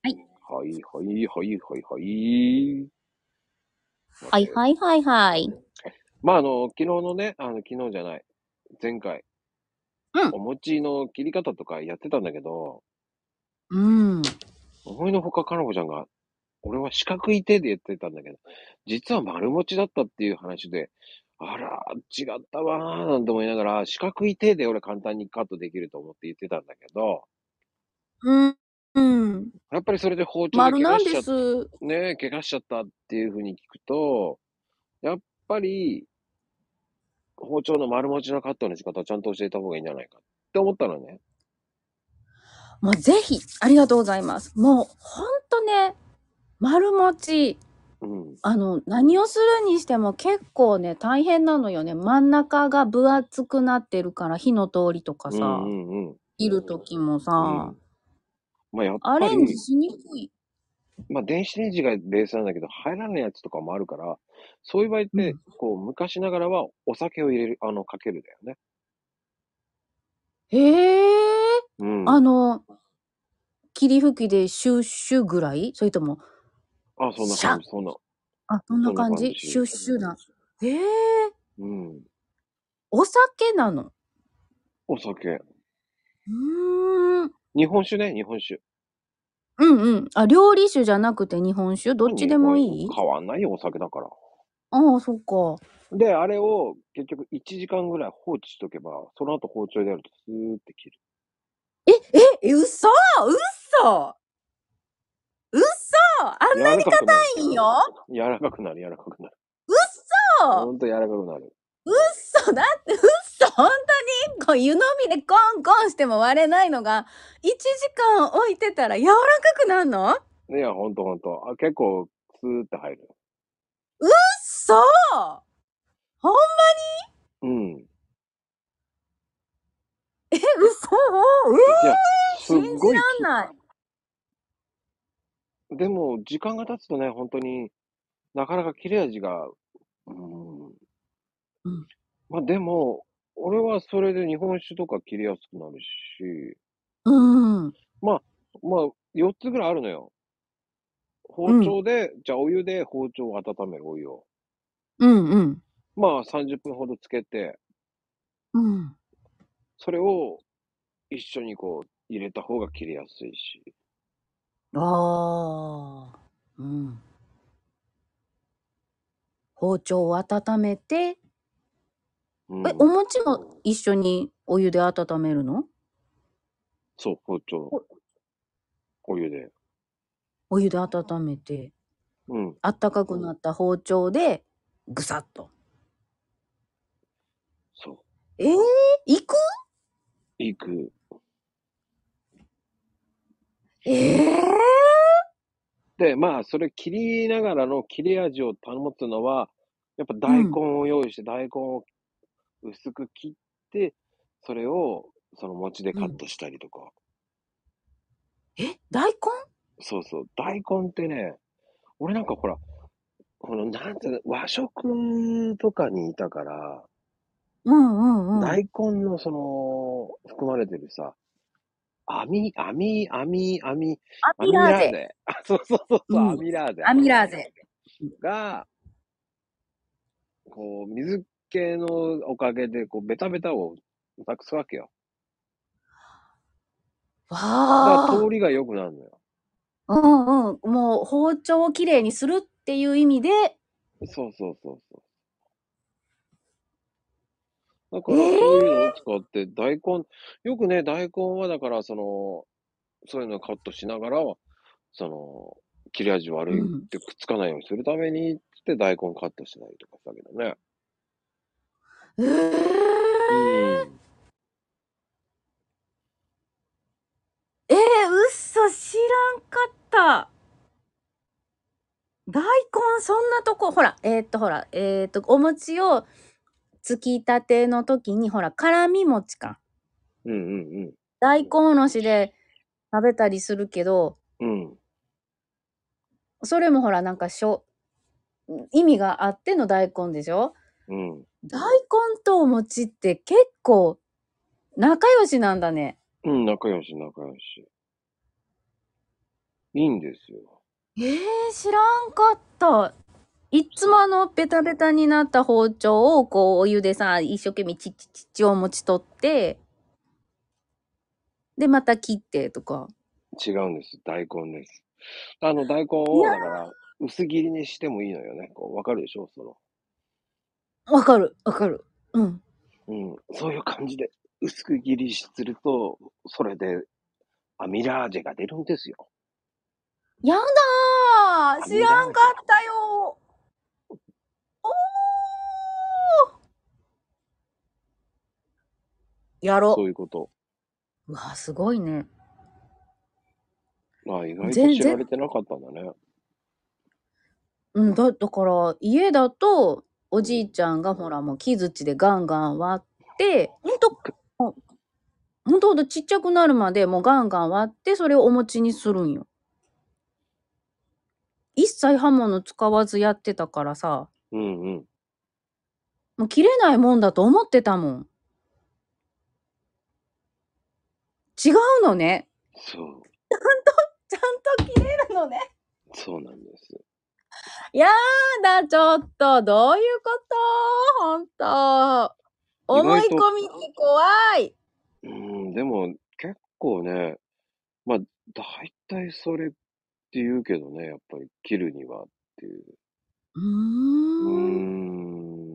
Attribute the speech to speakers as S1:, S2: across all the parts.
S1: はいはいはいはいはい。
S2: はいはいはいはい。
S1: まあ、あの、昨日のね、あの、昨日じゃない、前回、
S2: うん
S1: お餅の切り方とかやってたんだけど、
S2: うん。
S1: 思いのほか、かなこちゃんが、俺は四角い手で言ってたんだけど、実は丸餅だったっていう話で、あら、違ったわー、なんて思いながら、四角い手で俺簡単にカットできると思って言ってたんだけど、
S2: うん。うん。
S1: やっぱりそれで包丁で
S2: 丸
S1: 怪
S2: な
S1: 我
S2: ん
S1: しちゃ
S2: で
S1: っ
S2: す。
S1: ねえ、怪我しちゃったっていうふうに聞くと、やっぱり、包丁の丸持ちのカットの仕方をちゃんと教えた方がいいんじゃないかって思ったのね。
S2: もうぜひ、ありがとうございます。もう、ほんとね、丸持ち、
S1: うん。
S2: あの、何をするにしても結構ね、大変なのよね。真ん中が分厚くなってるから、火の通りとか
S1: う
S2: さ、
S1: んうんうん。
S2: いる時もさ、
S1: うんまあやっぱ
S2: アレンジ
S1: り、
S2: しにくい。
S1: まあ電子レンジがベースなんだけど、入らないやつとかもあるから、そういう場合っ
S2: う
S1: て、こう、昔ながらはお酒を入れる、あの、かけるだよね。
S2: へえ、
S1: うん。
S2: あの、霧吹きでシュッシュぐらいそれとも、
S1: あ、そんな感じ、そんな。
S2: あ、そんな感
S1: そんな
S2: じ
S1: 感じ
S2: シュッシュな。へえ、
S1: うん。
S2: お酒なの。
S1: お酒。
S2: うーん。
S1: 日本酒ね、日本酒。
S2: うんうん。あ、料理酒じゃなくて日本酒どっちでもいい
S1: 変わんないよ、お酒だから。
S2: ああ、そっか。
S1: で、あれを結局1時間ぐらい放置しとけば、その後包丁でやるとスーって切る。
S2: え、嘘嘘嘘あんなに
S1: 硬
S2: いよ
S1: 柔らかくなる、柔らかくなる。
S2: 嘘
S1: ほんと柔らかくなる。
S2: 嘘だって嘘本当にこう湯飲みでコンコンしても割れないのが1時間置いてたら柔らかくなるの
S1: いや、ほんとほんと。あ結構、スーって入る。
S2: 嘘
S1: うん。い
S2: え、嘘
S1: や、すっ
S2: 信じ
S1: ごい。
S2: らんない。
S1: でも、時間が経つとね、本当になかなか切れ味が、うん。
S2: うん
S1: まあでも、俺はそれで日本酒とか切りやすくなるし、
S2: うん。
S1: まあ、4つぐらいあるのよ。包丁で、じゃあお湯で包丁を温めるお湯を。
S2: うんうん。
S1: まあ30分ほどつけて、
S2: うん。
S1: それを一緒にこう入れた方が切りやすいし。
S2: ああ。うん。包丁を温めて、
S1: うん
S2: え、お餅も一緒にお湯で温めるの
S1: そう、包丁
S2: お。
S1: お湯で。
S2: お湯で温めて、
S1: うん。
S2: あったかくなった包丁で、ぐさっと。
S1: そう。
S2: ええー、行く
S1: いく。
S2: ええ
S1: で、まあ、それ切りながらの切れ味を保つのは、やっぱ大根を用意して、大根を薄く切って、それをその餅でカットしたりとか。
S2: え、大根
S1: そうそう。大根ってね、俺なんかほら、この、なんていうの、和食とかにいたから、
S2: うんうんうん。
S1: 大根のその、含まれてるさ、網、網、網、網、
S2: アミラーゼ。
S1: ゼ。あ、そうそうそうそう、
S2: うん
S1: アミラーゼ。
S2: アミラーゼ。
S1: が、こう、水気のおかげで、こう、ベタベタをなくすわけよ。
S2: わ
S1: だ
S2: あ。
S1: から通りが良くなるのよ。
S2: うんうん。もう包丁をきれいにするっていう意味で、
S1: そうそうそうそう。だから、そういうのを使って、大根、よくね、大根はだから、その、そういうのをカットしながら、その、切れ味悪いってくっつかないようにするために、って大根カットしないとかしたけどね。
S2: えー、
S1: うん。
S2: えー、嘘知らんかった。大根そんなとこ、ほら、えーっとほら、えーっと、お餅をつきたての時に、ほら、辛み餅か。
S1: うんうん
S2: 大根おろしで食べたりするけど、
S1: うん。うん。
S2: それもほら、なんかしょ、意味があっての大根でしょ
S1: うん。
S2: 大根とお餅って結構仲良しなんだね。
S1: うん、仲良し、仲良し。いいんですよ。
S2: ええ知らんかった。いっつもあの、ベタベタになった包丁を、こう、お湯でさ、一生懸命ちっちちっちを持ち取って、で、また切ってとか。
S1: 違うんです。大根です。あの、大根を、だから、薄切りにしてもいいのよね。こう、わかるでしょその、
S2: わかる、わかる。うん。
S1: うん。そういう感じで、薄く切りすると、それで、アミラージェが出るんですよ。
S2: やだー知らんかったよおーやろ
S1: そういうこと。
S2: う。うわ、すごいね。
S1: あ、意外と
S2: 全
S1: 知
S2: 然
S1: られてなかったんだね。
S2: うん、だだから家だとおじいちゃんがほらもう木槌でガンガン割ってほんともうほんとほんとちっちゃくなるまでもうガンガン割ってそれをお餅にするんよ。一切刃物使わずやってたからさ
S1: うんうん。
S2: もう切れないもんだと思ってたもん。違うのね。
S1: そう。
S2: ちゃんと切れるのね。
S1: そうなんです。
S2: やだ、ちょっと、どういうことほんと。
S1: 意
S2: 思い
S1: 外と
S2: 込みって怖い。
S1: うん、でも、結構ね、まあ、大体それって言うけどね、やっぱり切るにはっていう。う
S2: うーん。
S1: ー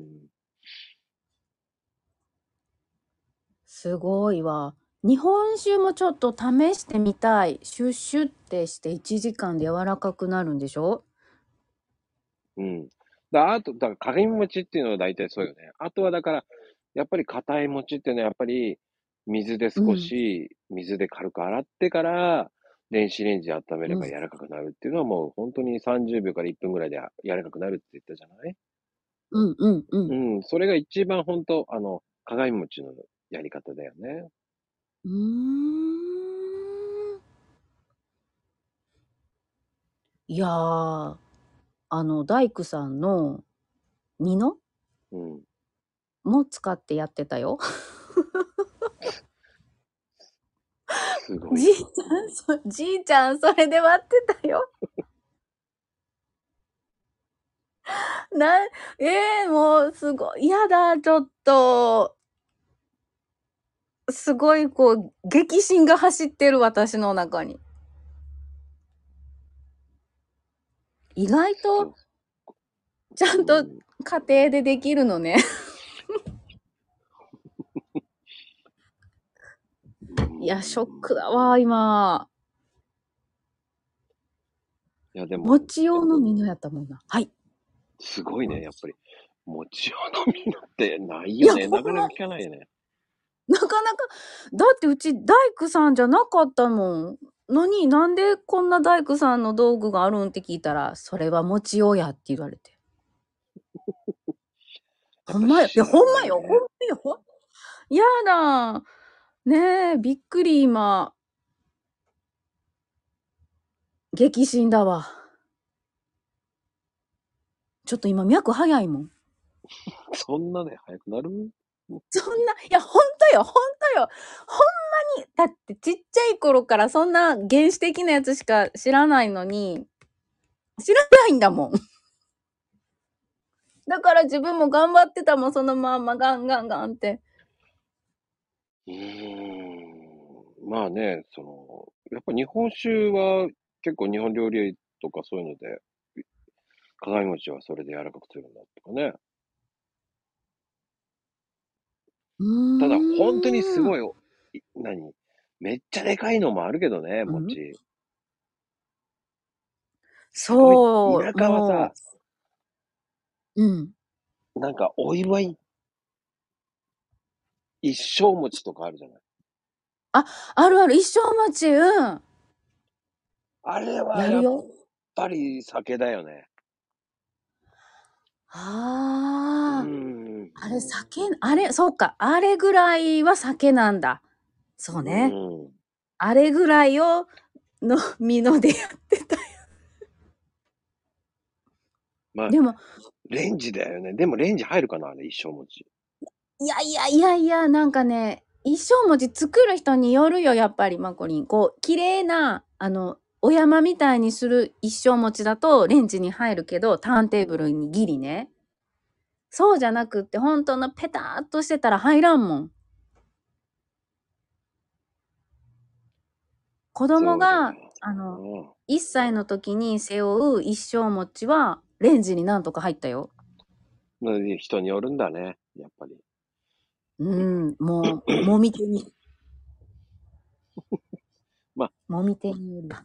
S1: ん。
S2: すごいわ。日本酒もちょっと試してみたい。シュッシュってして1時間で柔らかくなるんでしょ
S1: うん。だあと、だから、鏡餅っていうのは大体そうよね。あとは、だから、やっぱり硬い餅っていうのは、やっぱり、水で少し、水で軽く洗ってから、電子レンジで温めれば
S2: うん
S1: 柔らかくなるっていうのは、もう本当に30秒から1分ぐらいで柔らかくなるって言ったじゃない
S2: うんうんうん。う
S1: うん、それが一番本当、あの、鏡餅のやり方だよね。
S2: ーん。いやー、あの、大工さんの美濃
S1: うん。
S2: も使ってやってたよ。
S1: すごい
S2: じ。いちゃん、そじいちゃん、それで割ってたよ。 なん、えー、もう、すごい、やだ、ちょっと。すごい、こう、激震が走ってる、私の中に。意外と、ちゃん
S1: う
S2: と
S1: ん
S2: 家庭でできるのね。いや、ショックだわ、。今。
S1: いや、でも、
S2: 餅用の美濃やったもんな。はい。
S1: すごいね、やっぱり。餅を飲みのってないよ
S2: い
S1: ね。
S2: や
S1: なかなか聞かないよね。
S2: なかなか、だってうち大工さんじゃなかったもん。のになんでこんな大工さんの道具があるんって聞いたら、それは餅用やって言われて。ほんまよ。いや、ほんまよ。ほんまよ。やだ。ねえ、びっくり今。激震だわ。ちょっと今脈早いもん。
S1: そんなね、早くなる
S2: そんな、いや、ほんとよ、ほんとよ。ほんまに。だって、ちっちゃい頃からそんな原始的なやつしか知らないのに、知らないんだもん。 だから自分も頑張ってたもん、そのまんまガンガンガンって。
S1: うーん。まあね、その、やっぱ日本酒は結構日本料理とかそういうので、鏡餅はそれで柔らかくするんだとかね。ただ、本当にすご
S2: い。
S1: い、い何めっちゃでかいのもあるけどね、
S2: うん
S1: 餅。
S2: そう。
S1: 田舎はさ、
S2: もううん。
S1: なんかお祝い、一生餅とかあるじゃない。
S2: あるある、一生待ち、うん。
S1: あれは
S2: や
S1: や
S2: る
S1: っ
S2: よ。
S1: ぱり酒だよね。う
S2: ああ。
S1: ん。
S2: あれ酒、あれ、そうか、あれぐらいは酒なんだ。そうね。
S1: うん
S2: あれぐらいをの美濃でやってたよ。
S1: まあ、
S2: でも、
S1: レンジだよね。でもレンジ入るかな、あれ、一生餅。
S2: いやいやいやいや、なんかね、一生文字作る人によるよ、やっぱり、マコリン。こう、綺麗な、あの、お山みたいにする一生餅だとレンジに入るけどターンテーブルにギリね。そうじゃなくって本当のペターっとしてたら入らんもん。子供が、
S1: そ
S2: あ
S1: う
S2: の、
S1: だよね
S2: 1歳の時に背負う一生餅はレンジになんとか入ったよ。
S1: うんなので人によるんだね、やっぱり。
S2: うん、も う、もみ手に。
S1: まあ
S2: もみ手によるわ。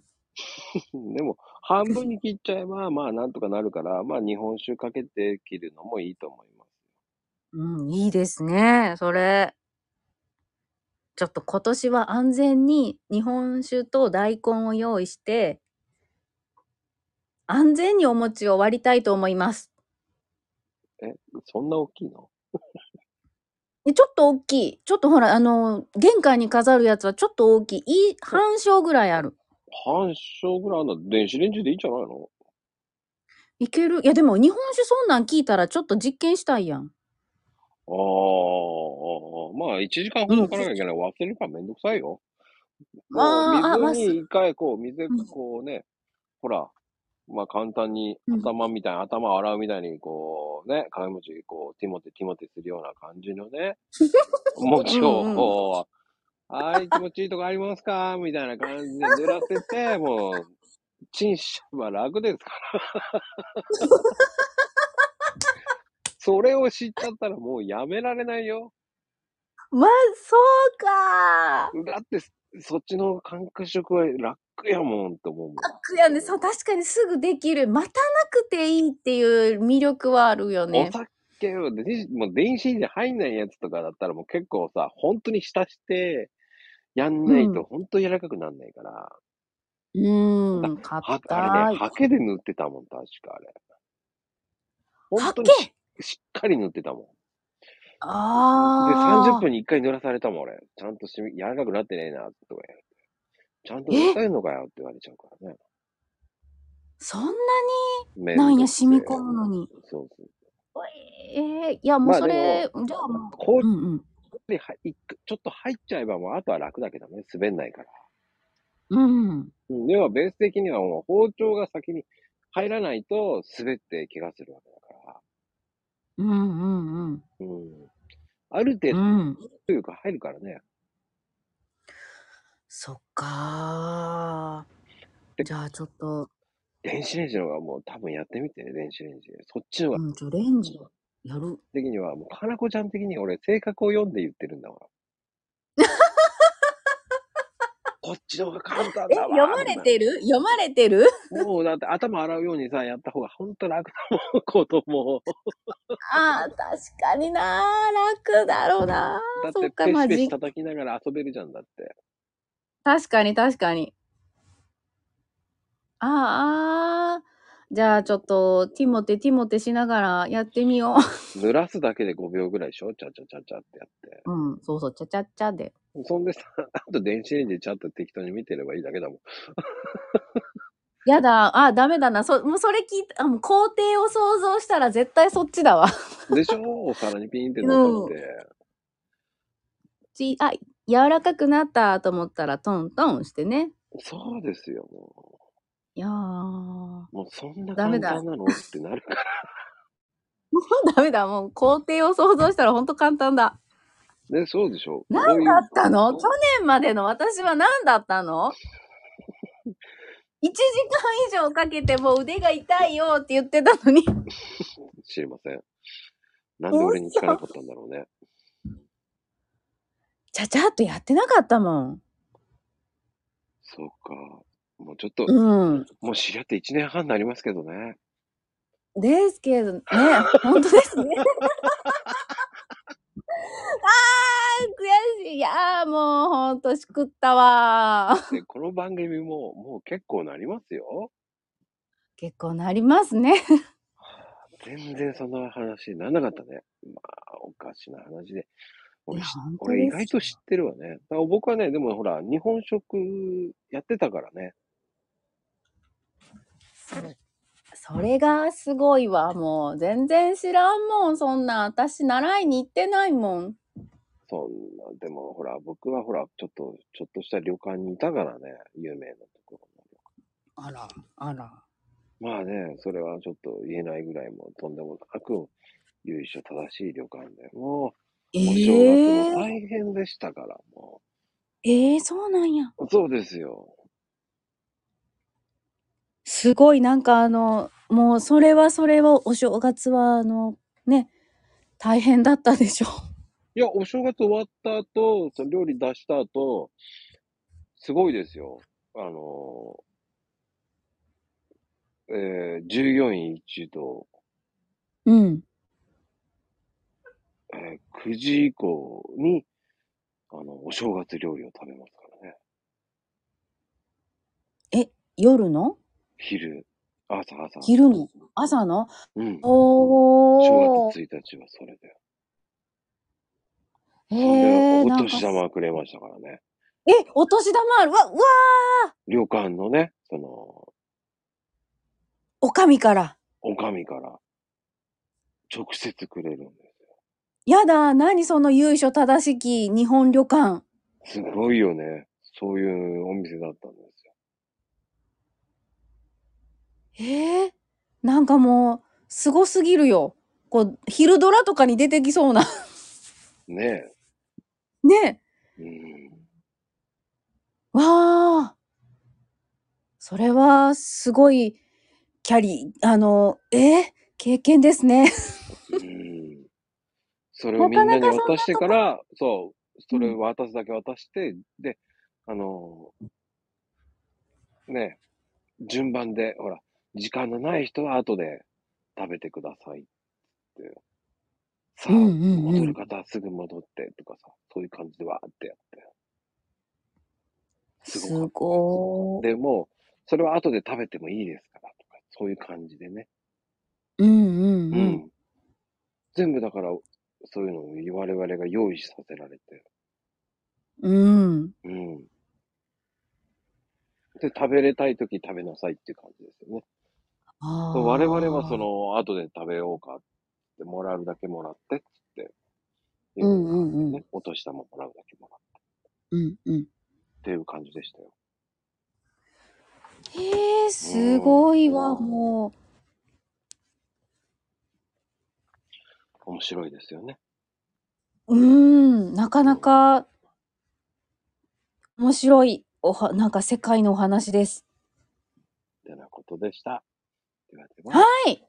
S1: でも、半分に切っちゃえば、まあ、なんとかなるから、まあ、日本酒かけて切るのもいいと思います。
S2: うん、いいですね、それ。ちょっと今年は安全に日本酒と大根を用意して、安全にお餅を割りたいと思います。
S1: そんな大きいの
S2: でちょっと大きい。ちょっとほら、あの、玄関に飾るやつはちょっと大きい。いい、半小ぐらいある。
S1: 半升ぐらいあんの電子レンジでいいんじゃないの
S2: いけるいや、でも日本酒そんなん聞いたらちょっと実験したいやん。
S1: ああ、まあ、1時間ほど置かなきゃいけない。忘れるからめんどくさいよ。も
S2: あー
S1: う
S2: あ
S1: 水に一回こう、水で
S2: うん
S1: こうね、ほら、まあ簡単に
S2: うん
S1: 頭みたいに、頭洗うみたいにこうね、金持ちこう、ティモテティモテするような感じの ね、餅を
S2: うんうん
S1: こう、はい、気持ちいいとこありますかみたいな感じで濡らせ て、もう、チンしちゃえば楽ですから。 それを知っちゃったらもうやめられないよ。
S2: まあ、そうか
S1: だって、そっちの感触は楽やもんって思うもん。
S2: いやね、そう、確かにすぐできる。待たなくていいっていう魅力はあるよね
S1: お。酒はでもう電子レンジ入んないやつとかだったらもう結構さ、本当に浸してやんない
S2: うん
S1: と本当に柔らかくならないから、
S2: うーん、か
S1: はあ
S2: た
S1: れ
S2: い
S1: ね、。ハケで塗ってたもん、確かあれ。本当に
S2: ハ
S1: ししっかり塗ってたもん。で、
S2: あ
S1: 30
S2: あ。
S1: 分に1回塗らされたもん、俺。ちゃんとしみ柔らかくなってねえな、とか言われて。ちゃんと
S2: え
S1: 塗ってんのかよって言われちゃうからね。
S2: そんな
S1: め
S2: に
S1: んど
S2: な
S1: く
S2: ん
S1: せえ
S2: や、染み込むのに。
S1: そうそう。
S2: ええいや、もう
S1: まあ
S2: それ、じゃあも
S1: こ
S2: う。うんうん。
S1: うやって入ちょっと入っちゃえば、もうあとは楽だけどね、滑んないから。
S2: うん。
S1: うん要はベース的にはもう包丁が先に入らないと滑って怪我するわけだから。
S2: うんうんうん。
S1: うん。ある程
S2: う
S1: 度
S2: ん。
S1: というか入るからね。
S2: そっかー。じゃあちょっと、
S1: 電子レンジの方がもう多分やってみてね、電子レンジで。そっちの方が
S2: うん、ちょ、レンジやる。
S1: 的には、もう、かなこちゃん的に俺性格を読んで言ってるんだから。こっちの方が簡単
S2: え、
S1: だわ。
S2: 読まれてる読まれてる
S1: もうだって頭洗うようにさ、やった方が本当楽だもん、子供。
S2: ああ、確かになー。楽だろうな
S1: だっ
S2: ー。そ
S1: て
S2: っか、
S1: ペ
S2: ま
S1: シ
S2: あ、
S1: ペシ
S2: じ、
S1: 叩きながら遊べるじゃんだって。
S2: 確かに確かに。あーあー。じゃあちょっと、ティモテティモテしながらやってみよ
S1: 濡らすだけで5秒ぐらいでしょちゃちゃちゃちゃってやって。
S2: う。うん、そうそう、ちゃちゃちゃで。
S1: そんでさ、 あと電子レンジでちゃっと適当に見てればいいだけだもん。
S2: やだ、あ、ダメだな。そ、もうそれ聞いた、あ、もう工程を想像したら絶対そっちだわ。
S1: でしょお皿にピンって乗せて。
S2: ち、あ、柔らかくなったと思ったらトントンしてね。
S1: そうですよ、も
S2: いやー。も
S1: う。もうそんな
S2: ダ
S1: 簡
S2: メだ
S1: 単なのってなる から。
S2: うダメだ、もう工程を想像したらほんと簡単だ。
S1: ね、そうでしょこう
S2: 何
S1: いう
S2: だったの去年までの私は何だったの ?1 時間以上かけてもう腕が痛いよって言ってたのに。
S1: 知りません。なんで俺に聞かなかったんだろうね。
S2: ちゃちゃっとやってなかったもん。
S1: そうか。もうちょっと、
S2: うん。
S1: もう知り合って1年半になりますけどね。
S2: ですけどね、本当ですね。あ あ、悔しい。いやーもう本当しくったわー。
S1: で、この番組も、もう結構なりますよ。
S2: 結構なりますね。
S1: 全然そんな話にならなかったね。まあ、おかしな話で。俺し
S2: いや本当です
S1: 俺
S2: よ
S1: 意外と知ってるわね。だから僕はね、でもほら、日本食やってたからね。
S2: それがすごいわ。もう全然知らんもん。そんな私習いに行ってないもん。
S1: そんな、でもほら、僕はほら、ちょっと、ちょっとした旅館にいたからね、有名なところの。
S2: あら、あら。
S1: まあね、それはちょっと言えないぐらいもうとんでもなく、由緒正しい旅館で、も
S2: え
S1: う、お正月
S2: え
S1: も大変でしたから、も
S2: ええそうなんや。
S1: う。そうですよ。
S2: すごい、なんかあの、もうそれはそれは、お正月はあの、ね、大変だったでしょう。
S1: いや、お正月終わった後、その料理出した後、すごいですよ。あの、えー従業員一同、
S2: うん。
S1: えー9時以降に、あの、お正月料理を食べますからね。
S2: え、夜の
S1: 昼、朝、朝。
S2: 昼の朝の
S1: うん。
S2: お
S1: 正
S2: お。
S1: 月1日はそれで。そ
S2: え
S1: れ
S2: え
S1: で、お
S2: なんか
S1: 年玉くれましたからね。
S2: え、お年玉ある。わ、うわ
S1: 旅館のね、その、
S2: おかみから。
S1: おかみから直接くれるんですよ。
S2: やだ、何その由緒正しき日本旅館。
S1: すごいよね。そういうお店だったんですよ。
S2: ええなんかもう、すごすぎるよ。こう、昼ドラとかに出てきそうな。
S1: ね
S2: ね
S1: え。うん。
S2: え。わあ。それは、すごい、キャリー、あの、ええ経験ですね。
S1: うん。それをみんなに渡してから、そう、それを渡すだけ渡して、で、あの、ねえ、順番で、ほら、時間のない人は後で食べてくださいって。さあ、
S2: うんうんうん
S1: 戻る方はすぐ戻ってとかさ、そういう感じでわーってやって。す
S2: す
S1: ごかった
S2: ごー。
S1: でも、それは後で食べてもいいですからとか、そういう感じでね。
S2: うん
S1: う
S2: うんうん。
S1: ん。全部だから、そういうのを我々が用意させられて。
S2: うん。
S1: うん。で、食べれたいとき食べなさいっていう感じですよね。
S2: ああ。
S1: 我々はそ、の、後で食べようかって、もらうだけもらってっつって、
S2: うんうんうん
S1: ね、お年玉もらうだけもらう
S2: うんうん。
S1: っていう感じでしたよ。
S2: へえ、すごいわ、もう。
S1: 面白いですよね。
S2: うーん、なかなか面白いおは、なんか世界のお話です。
S1: ってなことでした。ではでは。
S2: はい。